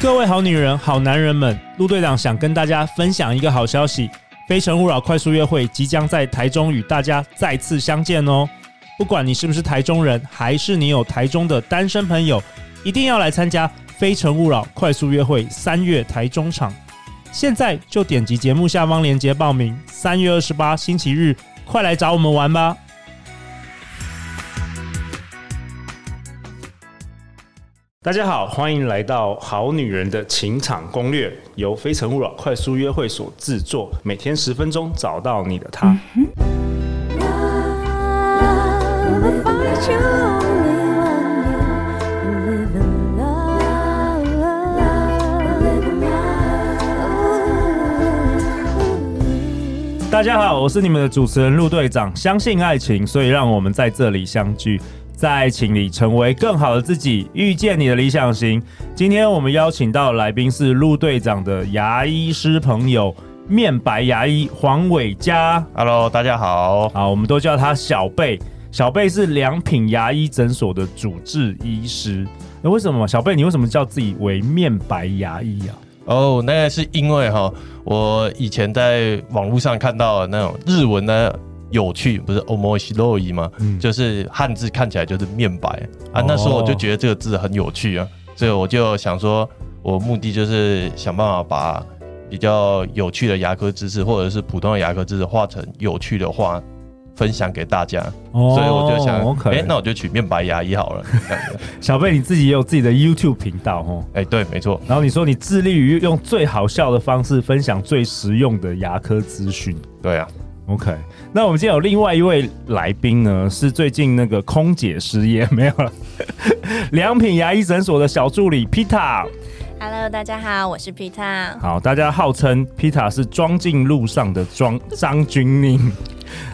各位好女人、好男人们，陆队长想跟大家分享一个好消息，《非诚勿扰》快速约会即将在台中与大家再次相见哦！不管你是不是台中人，还是你有台中的单身朋友，一定要来参加《非诚勿扰》快速约会三月台中场。现在就点击节目下方链接报名，三月二十八星期日，快来找我们玩吧！大家好，欢迎来到《好女人的情场攻略》，由非诚勿扰快速约会所制作，每天十分钟，找到你的他。 Love, I find you only one you live in love, live in love. 大家好，我是你们的主持人陆队长。相信爱情，所以让我们在这里相聚，在爱情里成为更好的自己，遇见你的理想型。今天我们邀请到来宾是陆队长的牙医师朋友，面白牙医黄伟嘉。 Hello，大家好。啊，我们都叫他小贝。小贝是良品牙医诊所的主治医师。那为什么小贝，你为什么叫自己为面白牙医啊？哦、那个是因为哈，我以前在网络上看到的那种日文的有趣，不是 omoshiroi 吗？嗯就是汉字看起来就是面白啊。哦那时候我就觉得这个字很有趣啊，所以我就想说，我目的就是想办法把比较有趣的牙科知识，或者是普通的牙科知识，画成有趣的画。分享给大家，哦所以我就想，哎、 ，OK，、那我就取面白牙医好了。这样子小贝你自己也有自己的 YouTube 频道哦。哎、对，没错。然后你说你致力于用最好笑的方式分享最实用的牙科资讯。对啊， OK，那我们今天有另外一位来宾呢，是最近那个空姐失业 没有了，良品牙医诊所的小助理 Peter。 Hello，大家好，我是 Pita。好，大家号称 Pita 是装进路上的装张钧 甯，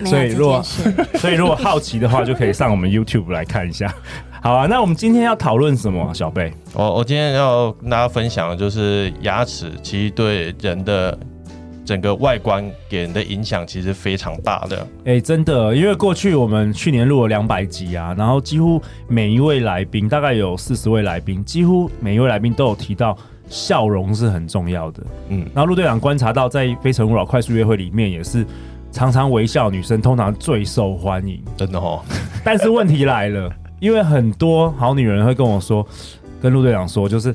没有所以这如 果件事，所以如果好奇的话，就可以上我们 YouTube 来看一下。好啊，那我们今天要讨论什么啊、小贝？哦我我今天要跟大家分享的就是牙齿其实对人的整个外观给人的影响其实非常大的。哎、真的，因为过去我们去年录了两百集啊，然后几乎每一位来宾，大概有四十位来宾，几乎每一位来宾都有提到笑容是很重要的。嗯嗯，然后陆队长观察到，在《非诚勿扰》快速约会里面，也是常常微笑女生通常最受欢迎。真的哦，但是问题来了，因为很多好女人会跟我说，跟陆队长说，就是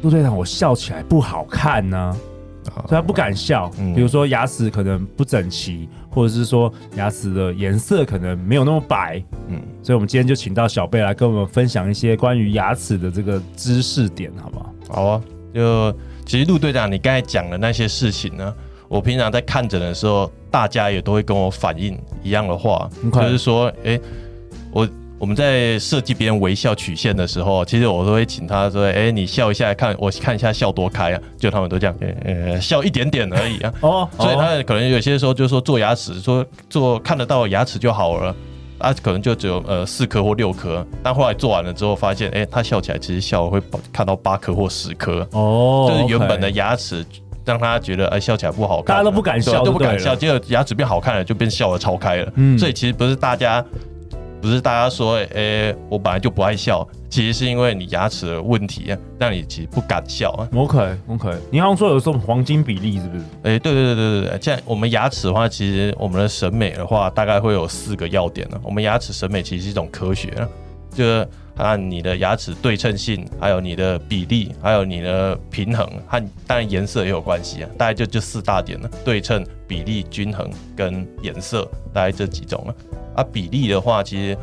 陆队长，我笑起来不好看呢、所以她不敢笑。啊嗯比如说牙齿可能不整齐，或者是说牙齿的颜色可能没有那么白。嗯嗯，所以我们今天就请到小贝来跟我们分享一些关于牙齿的这个知识点，好不好？好啊，就其实陆队长你刚才讲的那些事情呢，我平常在看诊的时候，大家也都会跟我反映一样的话， OK 就是说，哎、我我们在设计别人微笑曲线的时候，其实我都会请他说，哎、你笑一下看，我看一下笑多开啊，就他们都这样，呃、呃笑一点点而已啊。哦，所以哦他可能有些时候就说做牙齿，说做看得到的牙齿就好了，啊，可能就只有呃四颗或六颗，但后来做完了之后发现，哎、他笑起来其实笑会看到八颗或十颗，哦就是原本的 OK 牙齿。让他觉得哎、笑起来不好看大了，家都不敢笑对啊就都不对敢了笑，结果牙齿变好看了，就变笑得超开了。嗯所以其实不是大家，不是大家说，哎、我本来就不爱笑，其实是因为你牙齿的问题，让你其实不敢笑啊。 OK OK，你好像说有什么黄金比例是不是？哎、对对对对对对，像我们牙齿的话，其实我们的审美的话，大概会有四个要点呢。我们牙齿审美其实是一种科学啊，就是按你的牙齿对称性，还有你的比例，还有你的平衡，和当然颜色也有关系啊。大概就这四大点了：对称、比例、均衡跟颜色，大概这几种了。啊，比例的话，其实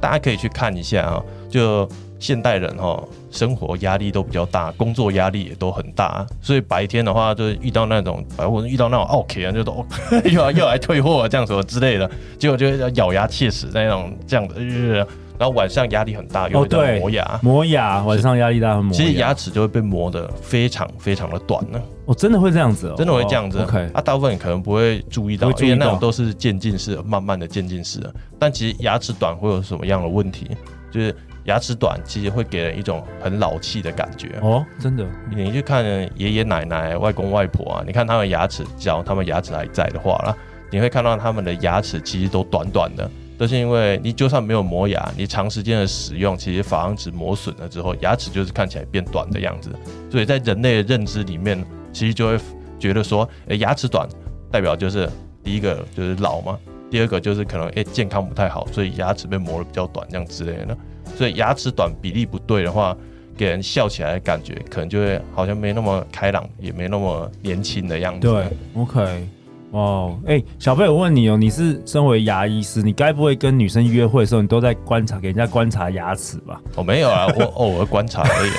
大家可以去看一下啊、就现代人哈、生活压力都比较大，工作压力也都很大，所以白天的话，就是遇到那种，哎，我遇到那种 OK 啊，就都、哦、 又来又来退货啊，这样什么之类的，结果就会咬牙切齿那种这样的、呃然后晚上压力很大，又会这样哦对磨牙。磨牙，晚上压力大会磨牙。其实牙齿就会被磨得非常非常的短呢、哦，真的会这样子哦，真的会这样子。哦 OK，啊，大部分人可能不会注意到，不会注意因为那到种都是渐进式的，慢慢的渐进式的。但其实牙齿短会有什么样的问题？就是牙齿短其实会给人一种很老气的感觉。哦，真的，你去看爷爷奶奶、外公外婆啊，你看他们牙齿，只要他们牙齿还在的话啦，你会看到他们的牙齿其实都短短的，都是因为你就算没有磨牙，你长时间的使用，其实珐琅质磨损了之后，牙齿就是看起来变短的样子。所以在人类的认知里面，其实就会觉得说，诶、牙齿短代表就是第一个就是老嘛，第二个就是可能诶、健康不太好，所以牙齿被磨得比较短这样之类的。所以牙齿短比例不对的话，给人笑起来的感觉可能就会好像没那么开朗，也没那么年轻的样子。对，OK，哦，哎、小贝，我问你哦，你是身为牙医师，你该不会跟女生约会的时候，你都在观察给人家观察牙齿吧？我、没有啊，我偶尔观察而已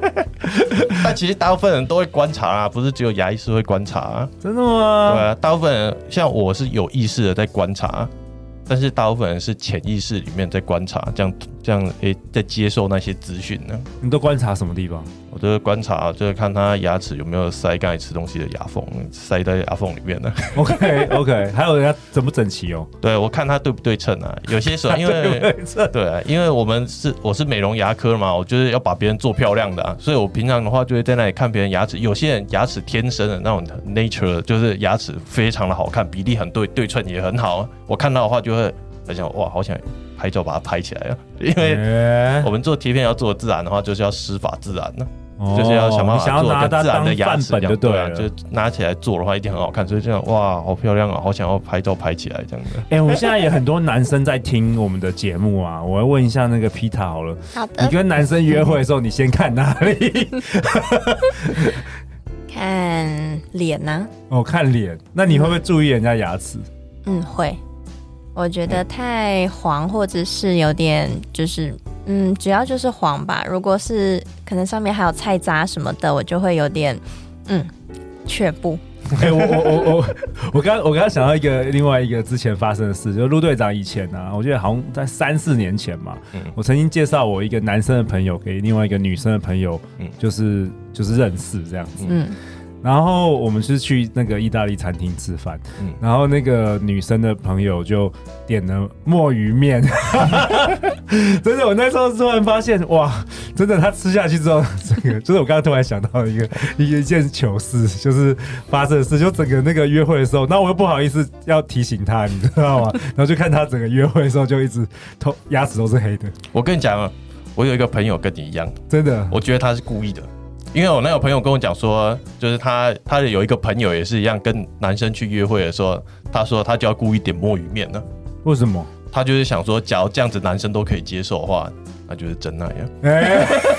啊。但其实大部分人都会观察啊，不是只有牙医师会观察啊。真的对吗？啊，大部分人像我是有意识的在观察啊，但是大部分人是潜意识里面在观察，这样这样诶、在接受那些资讯呢。你都观察什么地方？ 我就是观察，就是看他牙齿有没有塞刚才吃东西的牙缝，塞在牙缝里面呢。 OK OK，还有人家整不整齐哦？对我看他对不对称啊，有些时 候因为这 对啊，因为我们是我是美容牙科嘛，我就是要把别人做漂亮的啊，所以我平常的话就会在那里看别人牙齿。有些人牙齿天生的那种 nature，就是牙齿非常的好看，比例很对，对称也很好。啊我看到的话就会很想哇，好想拍照把它拍起来啊，因为哎我们做贴片要做自然的话，就是要施法自然呢、哦就是要想办你想法要做拿跟它自然的当牙范齿本一就样，对啊，了。就拿起来做的话一定很好看，所以这样哇，好漂亮啊，好想要拍照拍起来这样的。哎、我们现在也很多男生在听我们的节目啊，我要问一下那个 Peter 好了，好你的，跟男生约会的时候，你先看哪里？看脸呐、哦，看脸。那你会不会注意人家牙齿？嗯，会。我觉得太黄或者是有点就是，嗯，主要就是黄吧。如果是可能上面还有菜渣什么的，我就会有点，嗯，却步。嗯哎、我我我我我刚我刚刚想到一个另外一个之前发生的事，就是陆队长以前啊，我记得好像在三四年前嘛，嗯我曾经介绍我一个男生的朋友给另外一个女生的朋友，嗯就是就是认识这样子。嗯，然后我们是去那个意大利餐厅吃饭，嗯然后那个女生的朋友就点了墨鱼面， 真的，我那时候突然发现，哇，真的，她吃下去之后，这个就是我刚刚突然想到一个一一件糗事，就是发生的事，就整个那个约会的时候，那我又不好意思要提醒她，你知道吗？ 然后就看她整个约会的时候，就一直头牙齿都是黑的，我跟你讲啊，我有一个朋友跟你一样。真的，我觉得他是故意的，因为我那个朋友跟我讲说，就是他他有一个朋友也是一样，跟男生去约会的时候，他说他就要故意点墨鱼面呢，为什么？他就是想说，假如这样子男生都可以接受的话，那就是真爱呀。哎、 这不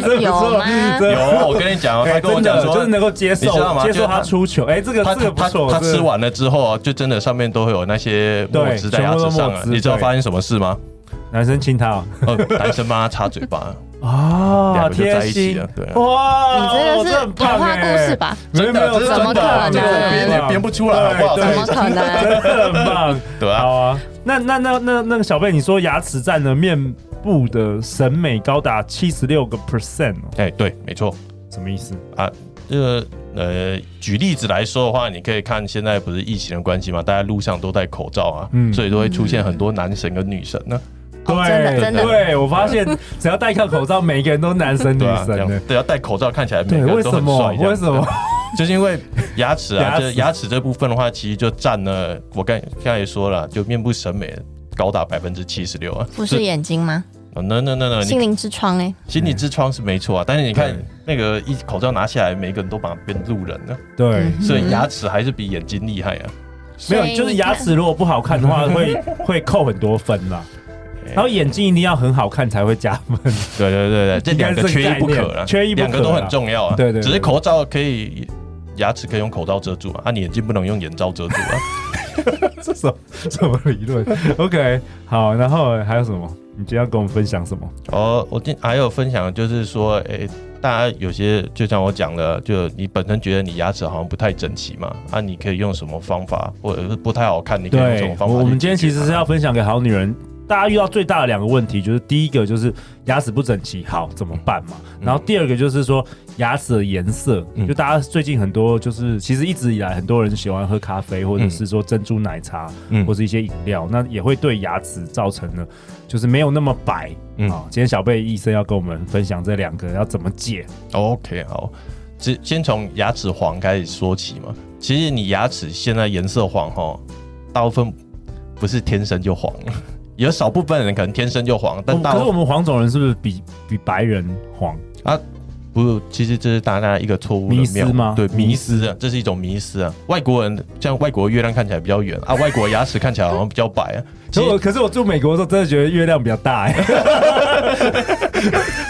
错有吗这有，我跟你讲哦， 哎他跟我真的讲说，就是能够接受你知道吗接就受是他他出糗，哎、这个他这个不他错，他这个吃完了之后，就真的上面都会有那些墨对汁在牙齿全上部都。啊墨汁你知道发生什么事 吗？男生亲他哦，男生帮他 擦嘴啊巴，哦，两啊个就在一起了。对啊，哇你这个是童话故事？吧？哦没哎有没有，真的怎么真的可啊能这个我编也编不出来，好不好？对怎么可能？很 棒，对啊，好啊。那那那那那个小贝，你说牙齿占了面部的审美高达七十六个 percent 哦，哎，对，没错。什么意思？这个呃，举例子来说的话，你可以看现在不是疫情的关系嘛，大家路上都戴口罩啊，嗯所以都会出现很多男神跟女神啊呢、哦真的真的对，我发现只要戴上口罩，每个人都男嗯神女对啊，这神样的。对，要戴口罩看起来每对，个为人都什很么帅，？为什么？？就是因为牙齿牙 齿啊，这牙齿这部分的话，其实就占了我刚刚才也说了，就面部审美高达百分之七十六啊，不是眼睛吗？哦，no no no 呃 no，心你灵之窗哎、心理之窗是没错啊，但是你看对那个一口罩拿下来，每个人都把它变路人了，对，嗯所以牙齿还是比眼睛厉害啊。没所以有，你就是牙齿如果不好看的 话，会会扣很多分啦。哎然后眼睛一定要很好看才会加分。 对对对对，这两个缺一不可了，缺一不可啊两个都很重要啊。对对对只是口罩可以，牙齿可以用口罩遮住啊，啊，你眼睛不能用眼罩遮住啊。 这什么什么理论？OK，好，然后还有什么？你今天要跟我们分享什么？哦，我今还有分享就是说，诶、大家有些就像我讲的，就你本身觉得你牙齿好像不太整齐嘛，啊，你可以用什么方法，或者是不太好看，你可以用什么方法去解决它？我我们今天其实是要分享给好女人。大家遇到最大的两个问题，就是第一个就是牙齿不整齐，好怎么办嘛？嗯然后第二个就是说牙齿的颜色，嗯就大家最近很多就是其实一直以来很多人喜欢喝咖啡，或者嗯是说珍珠奶茶，嗯或是一些饮料，那也会对牙齿造成了就是没有那么白。嗯啊，今天小贝医生要跟我们分享这两个要怎么解。 OK，好，只先从牙齿黄开始说起嘛。其实你牙齿现在颜色黄哈，大部分不是天生就黄， 有少部分人可能天生就黄，我但们大哦可是部我分啊们黄种人是不是比比白人黄？不，其实这是大家一个错误的迷思谬误吗对，迷迷思啊，这是一种迷思啊。外国人像外国月亮看起来比较圆 啊，外国牙齿看起来好像比较白啊，可其是我实可是我住美国的时候，真的觉得月亮比较大哎、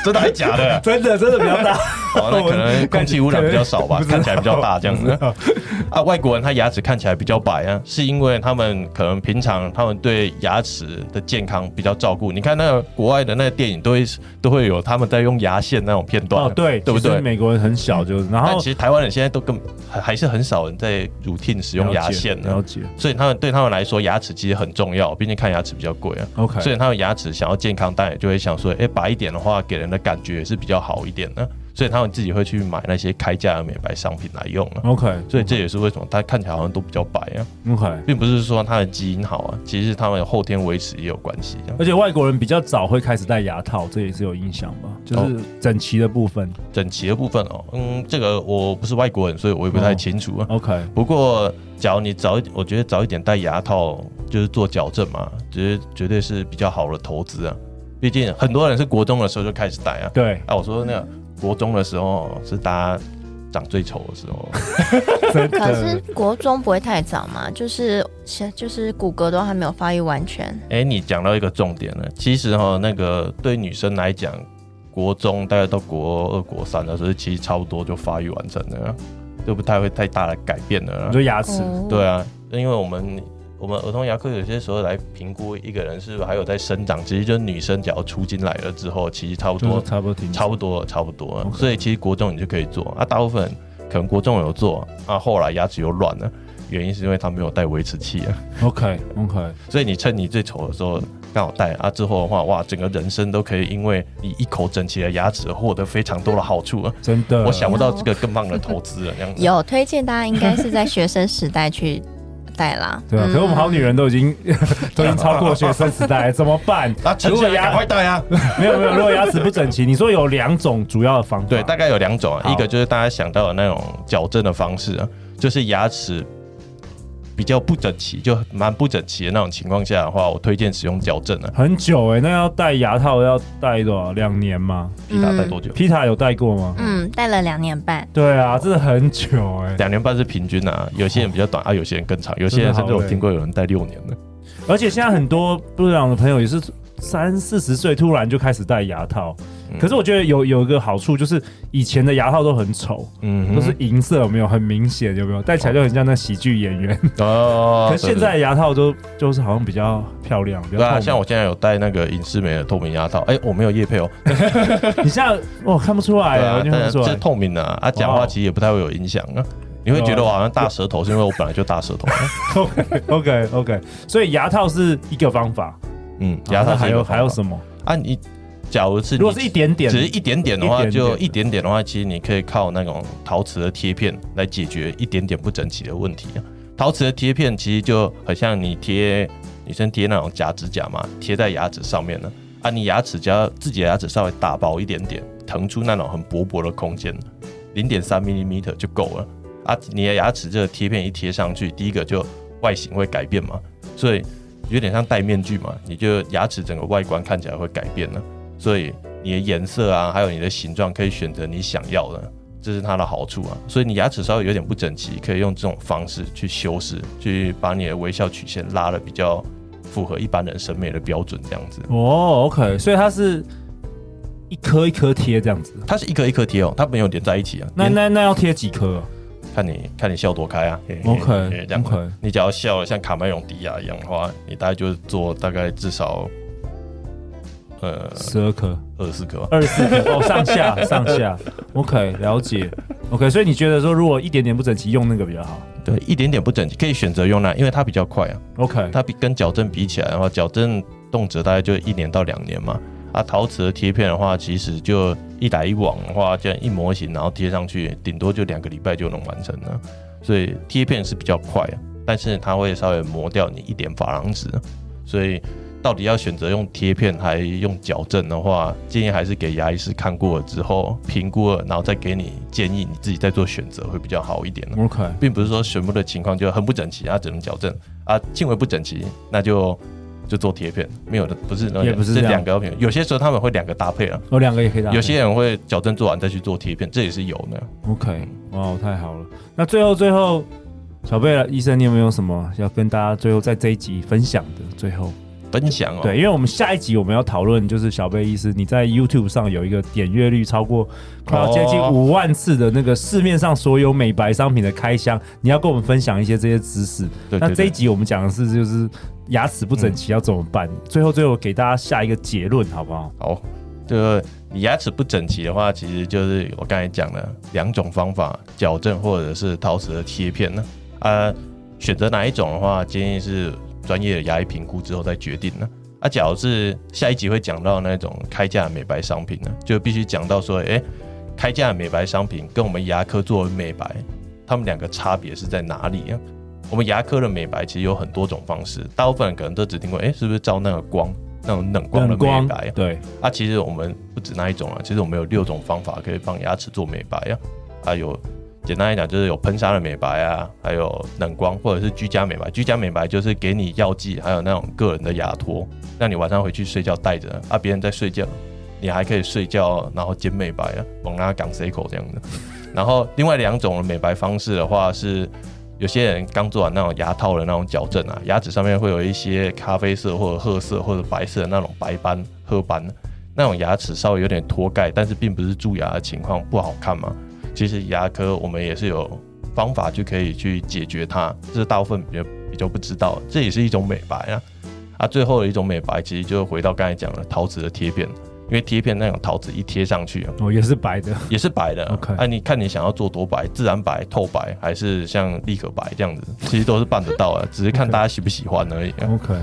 真的还假 的啊？真的真的比较大。 哦，那可能空气污染比较少吧 不，知道看起来比较大这样子。啊，外国人他牙齿看起来比较白啊，是因为他们可能平常他们对牙齿的健康比较照顾。你看那个国外的那个电影都会都会有他们在用牙线那种片段，哦，对，对不其实对？美国人很小就，然但后其实台湾人现在都更还还是很少人在 routine 使用牙线了的，解了解所以他们对他们来说牙齿其实很重要，毕竟看牙齿比较贵啊。 ，OK，所以他们牙齿想要健康，当然就会想说，哎、白一点的话，给人的感觉也是比较好一点的。所以他们自己会去买那些开价的美白商品来用啊。 OK，嗯所以这也是为什么它看起来好像都比较白啊， OK。并不是说它的基因好啊，其实他们后天维持也有关系啊。而且外国人比较早会开始戴牙套，这也是有影响吧？哦就是整齐的部分。整齐的部分哦，嗯，这个我不是外国人，所以我也不太清楚啊。 OK，不过，假如你早一，我觉得早一点戴牙套就是做矫正嘛，绝绝对是比较好的投资啊。毕竟很多人是国中的时候就开始戴啊。 对，啊，我说那个国中的时候是大家长最丑的时候，真可是的。国中不会太早嘛，就是先就是骨骼都还没有发育完全。哎、你讲到一个重点了。其实哈，那个对女生来讲，国中大概到国二、国三的时候，其实差不多就发育完成了，就不太会太大的改变了你啦。说牙齿，嗯哦对啊，因为我们我们儿童牙科有些时候来评估一个人是不是还有在生长，其实就是女生假如出经来了之后，其实差不就多是差不多挺差不多了，差不多了。 OK 所以其实国中你就可以做啊，大部分人可能国中有做啊，后来牙齿又乱了，原因是因为他没有带维持器啊。 OK OK，所以你趁你最丑的时候刚好戴啊，之后的话，哇，整个人生都可以因为你一口整齐的牙齿获得非常多的好处啊。真的。。我想不到这个更棒的投资了，这样子。有推荐大家应该是在学生时代去戴啦嗯对啊，可是我们好女人都已经 都已经超过学生时代，怎么 办？啊，趁如现果 在赶牙快戴啊！没有没有，如果牙齿不整齐，你说有两种主要的方法，对，大概有两种啊，好一个就是大家想到的那种矫正的方式啊，就是牙齿比较不整齐，就蛮不整齐的那种情况下的话，我推荐使用矫正啊。很久哎、那要戴牙套要戴多少？两年吗皮塔戴多久？ ？Pita 有戴过吗？嗯，戴了两年半。对啊，真的很久哎、两年半是平均啊，有些人比较短啊，有些人更长，有些人甚至我听过有人戴六年的。而且现在很多部长的朋友也是三四十岁突然就开始戴牙套，嗯可是我觉得有有一个好处就是以前的牙套都很丑，嗯哼，都是银色，有没有很明显？有没有戴起来就很像那喜剧演员？哦，可是现在的牙套都就是好像比较漂亮，比较对啊，透像明。我现在有戴那个隐适美的透明牙套，哎，我没有叶配哦，你像我看不出来对啊，啊完，全看但不出是来。透明的啊，啊讲话其实也不太会有影响啊。你会觉得我好像大舌哦头，是因为我本来就大舌头。啊 OK OK，所以牙套是一个方法，嗯，牙套还有还有么什么？啊？你假如是你如果是一点点，只是一点点的一话，点点就一点点的话，其实你可以靠那种陶瓷的贴片来解决一点点不整齐的问题啊。陶瓷的贴片其实就很像你贴女生贴那种假指甲嘛，贴在牙齿上面呢。啊，你牙齿只要自己的牙齿稍微打薄一点点，腾出那种很薄薄的空间，零点三 m m 就够了。啊，你的牙齿这个贴片一贴上去，第一个就外形会改变嘛，所以有点像戴面具嘛，你就牙齿整个外观看起来会改变呢。所以你的颜色啊，还有你的形状，可以选择你想要的，这是它的好处啊。所以你牙齿稍微有点不整齐，可以用这种方式去修饰，去把你的微笑曲线拉的比较符合一般人审美的标准，这样子。哦，OK，所以它是一颗一颗贴这样子。它是一颗一颗贴哦，它没有连在一起啊。那连那那要贴几颗啊看你看你笑多开啊。嘿嘿？OK 嘿这样子 OK，你只要笑得像卡麦隆迪亚一样的话，你大概就是做大概至少呃十二颗，二十四颗吧。二十四颗 哦，上下上下，OK，了解，OK，所以你觉得说如果一点点不整齐，用那个比较好对，一点点不整齐可以选择用那，因为它比较快啊。 ？OK，它比跟矫正比起来的话，矫正动辄大概就一年到两年嘛。啊，陶瓷的贴片的话，其实就一来一往的话，这样一模型，然后贴上去，顶多就两个礼拜就能完成了。所以贴片是比较快啊，但是它会稍微磨掉你一点珐琅质，所以到底要选择用贴片还用矫正的话，建议还是给牙医师看过了之后评估了，然后再给你建议，你自己再做选择会比较好一点呢。啊 OK，并不是说全部的情况就很不整齐，啊，只能矫正啊，轻微不整齐，那就就做贴片，没有的不是那也不是这样两个药品，有些时候他们会两个搭配啊，有哦两个也可以打。有些人会矫正做完再去做贴片，这也是有的。 OK，哇，太好了。那最后最后，小贝了医生，你有没有什么要跟大家最后在这一集分享的？最后，分享哦，对，因为我们下一集我们要讨论，就是小贝医师，你在 YouTube 上有一个点阅率超过快要接近哦五万次的那个市面上所有美白商品的开箱，你要跟我们分享一些这些知识。对那对这一对，集我们讲的是就是牙齿不整齐要怎么办？嗯最后最后给大家下一个结论好不好？好，就你牙齿不整齐的话，其实就是我刚才讲的两种方法，矫正或者是陶瓷的贴片呢。啊，选择哪一种的话，建议是专业的牙医评估之后再决定呢。啊，假如是下一集会讲到那种开价的美白商品呢，就必须讲到说，诶，开价的美白商品跟我们牙科做的美白，它们两个差别是在哪里啊？我们牙科的美白其实有很多种方式，大部分人可能都只听过，诶，是不是照那个光，那种冷光的美白啊？对，啊，其实我们不止那一种啊，其实我们有六种方法可以帮牙齿做美白啊。啊，有简单来讲就是有喷砂的美白啊，还有冷光或者是居家美白。居家美白就是给你药剂，还有那种个人的牙托，让你晚上回去睡觉带着啊，别人在睡觉，你还可以睡觉，然后兼美白啊，往那港 C 口这样的。然后另外两种美白方式的话是。有些人刚做完那种牙套的那种矫正啊，牙齿上面会有一些咖啡色或者褐色或者白色的那种白斑、褐斑，啊那种牙齿稍微有点脱钙，但是并不是蛀牙的情况不好看嘛。其实牙科我们也是有方法就可以去解决它，这是大部分比较比较不知道的，这也是一种美白啊。啊，最后的一种美白其实就回到刚才讲的陶瓷的贴片，因为贴片那种陶瓷一贴上去啊，哦也是白的，也是白的。 OK 啊，你看你想要做多白，自然白、透白，还是像立可白这样子，其实都是办得到的，只是看 OK 大家喜不喜欢而已啊。 OK，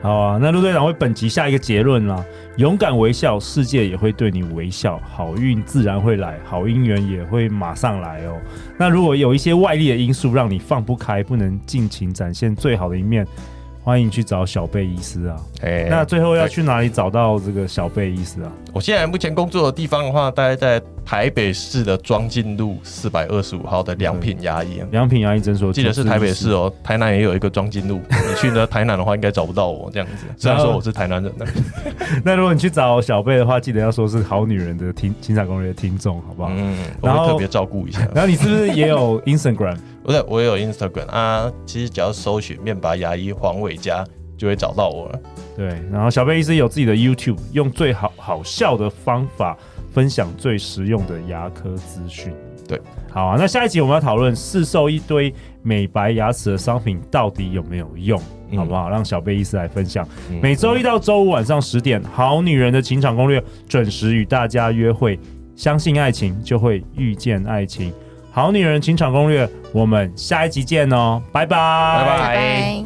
好啊，那陆队长为本集下一个结论啦：勇敢微笑，世界也会对你微笑，好运自然会来，好姻缘也会马上来哦。那如果有一些外力的因素让你放不开，不能尽情展现最好的一面，欢迎去找小贝医师啊。哎那最后要去哪里找到这个小贝医师啊？我现在目前工作的地方的话，大概在台北市的庄敬路四百二十五号的良品牙医。良品牙医诊所，记得是台北市。哦，台南也有一个庄敬路。你去呢台南的话，应该找不到我这样 子。虽然说我是台南人呢， 那如果你去找小贝的话，记得要说是好女人的听情感攻略的听众，好不好？ 嗯，我然后会特别照顾一下。然后你是不是也有 Instagram？我在我也有 Instagram 啊，其实只要搜寻面白牙医黄伟嘉，就会找到我了。对，然后小贝医师有自己的 YouTube，用最好好笑的方法分享最实用的牙科资讯。对，好啊，那下一集我们要讨论试售一堆美白牙齿的商品到底有没有用，嗯好不好？让小贝医师来分享。嗯每周一到周五晚上十点，《好女人的情场攻略》准时与大家约会。相信爱情，就会遇见爱情。《好女人情场攻略》，我们下一集见哦，拜拜，拜拜拜拜。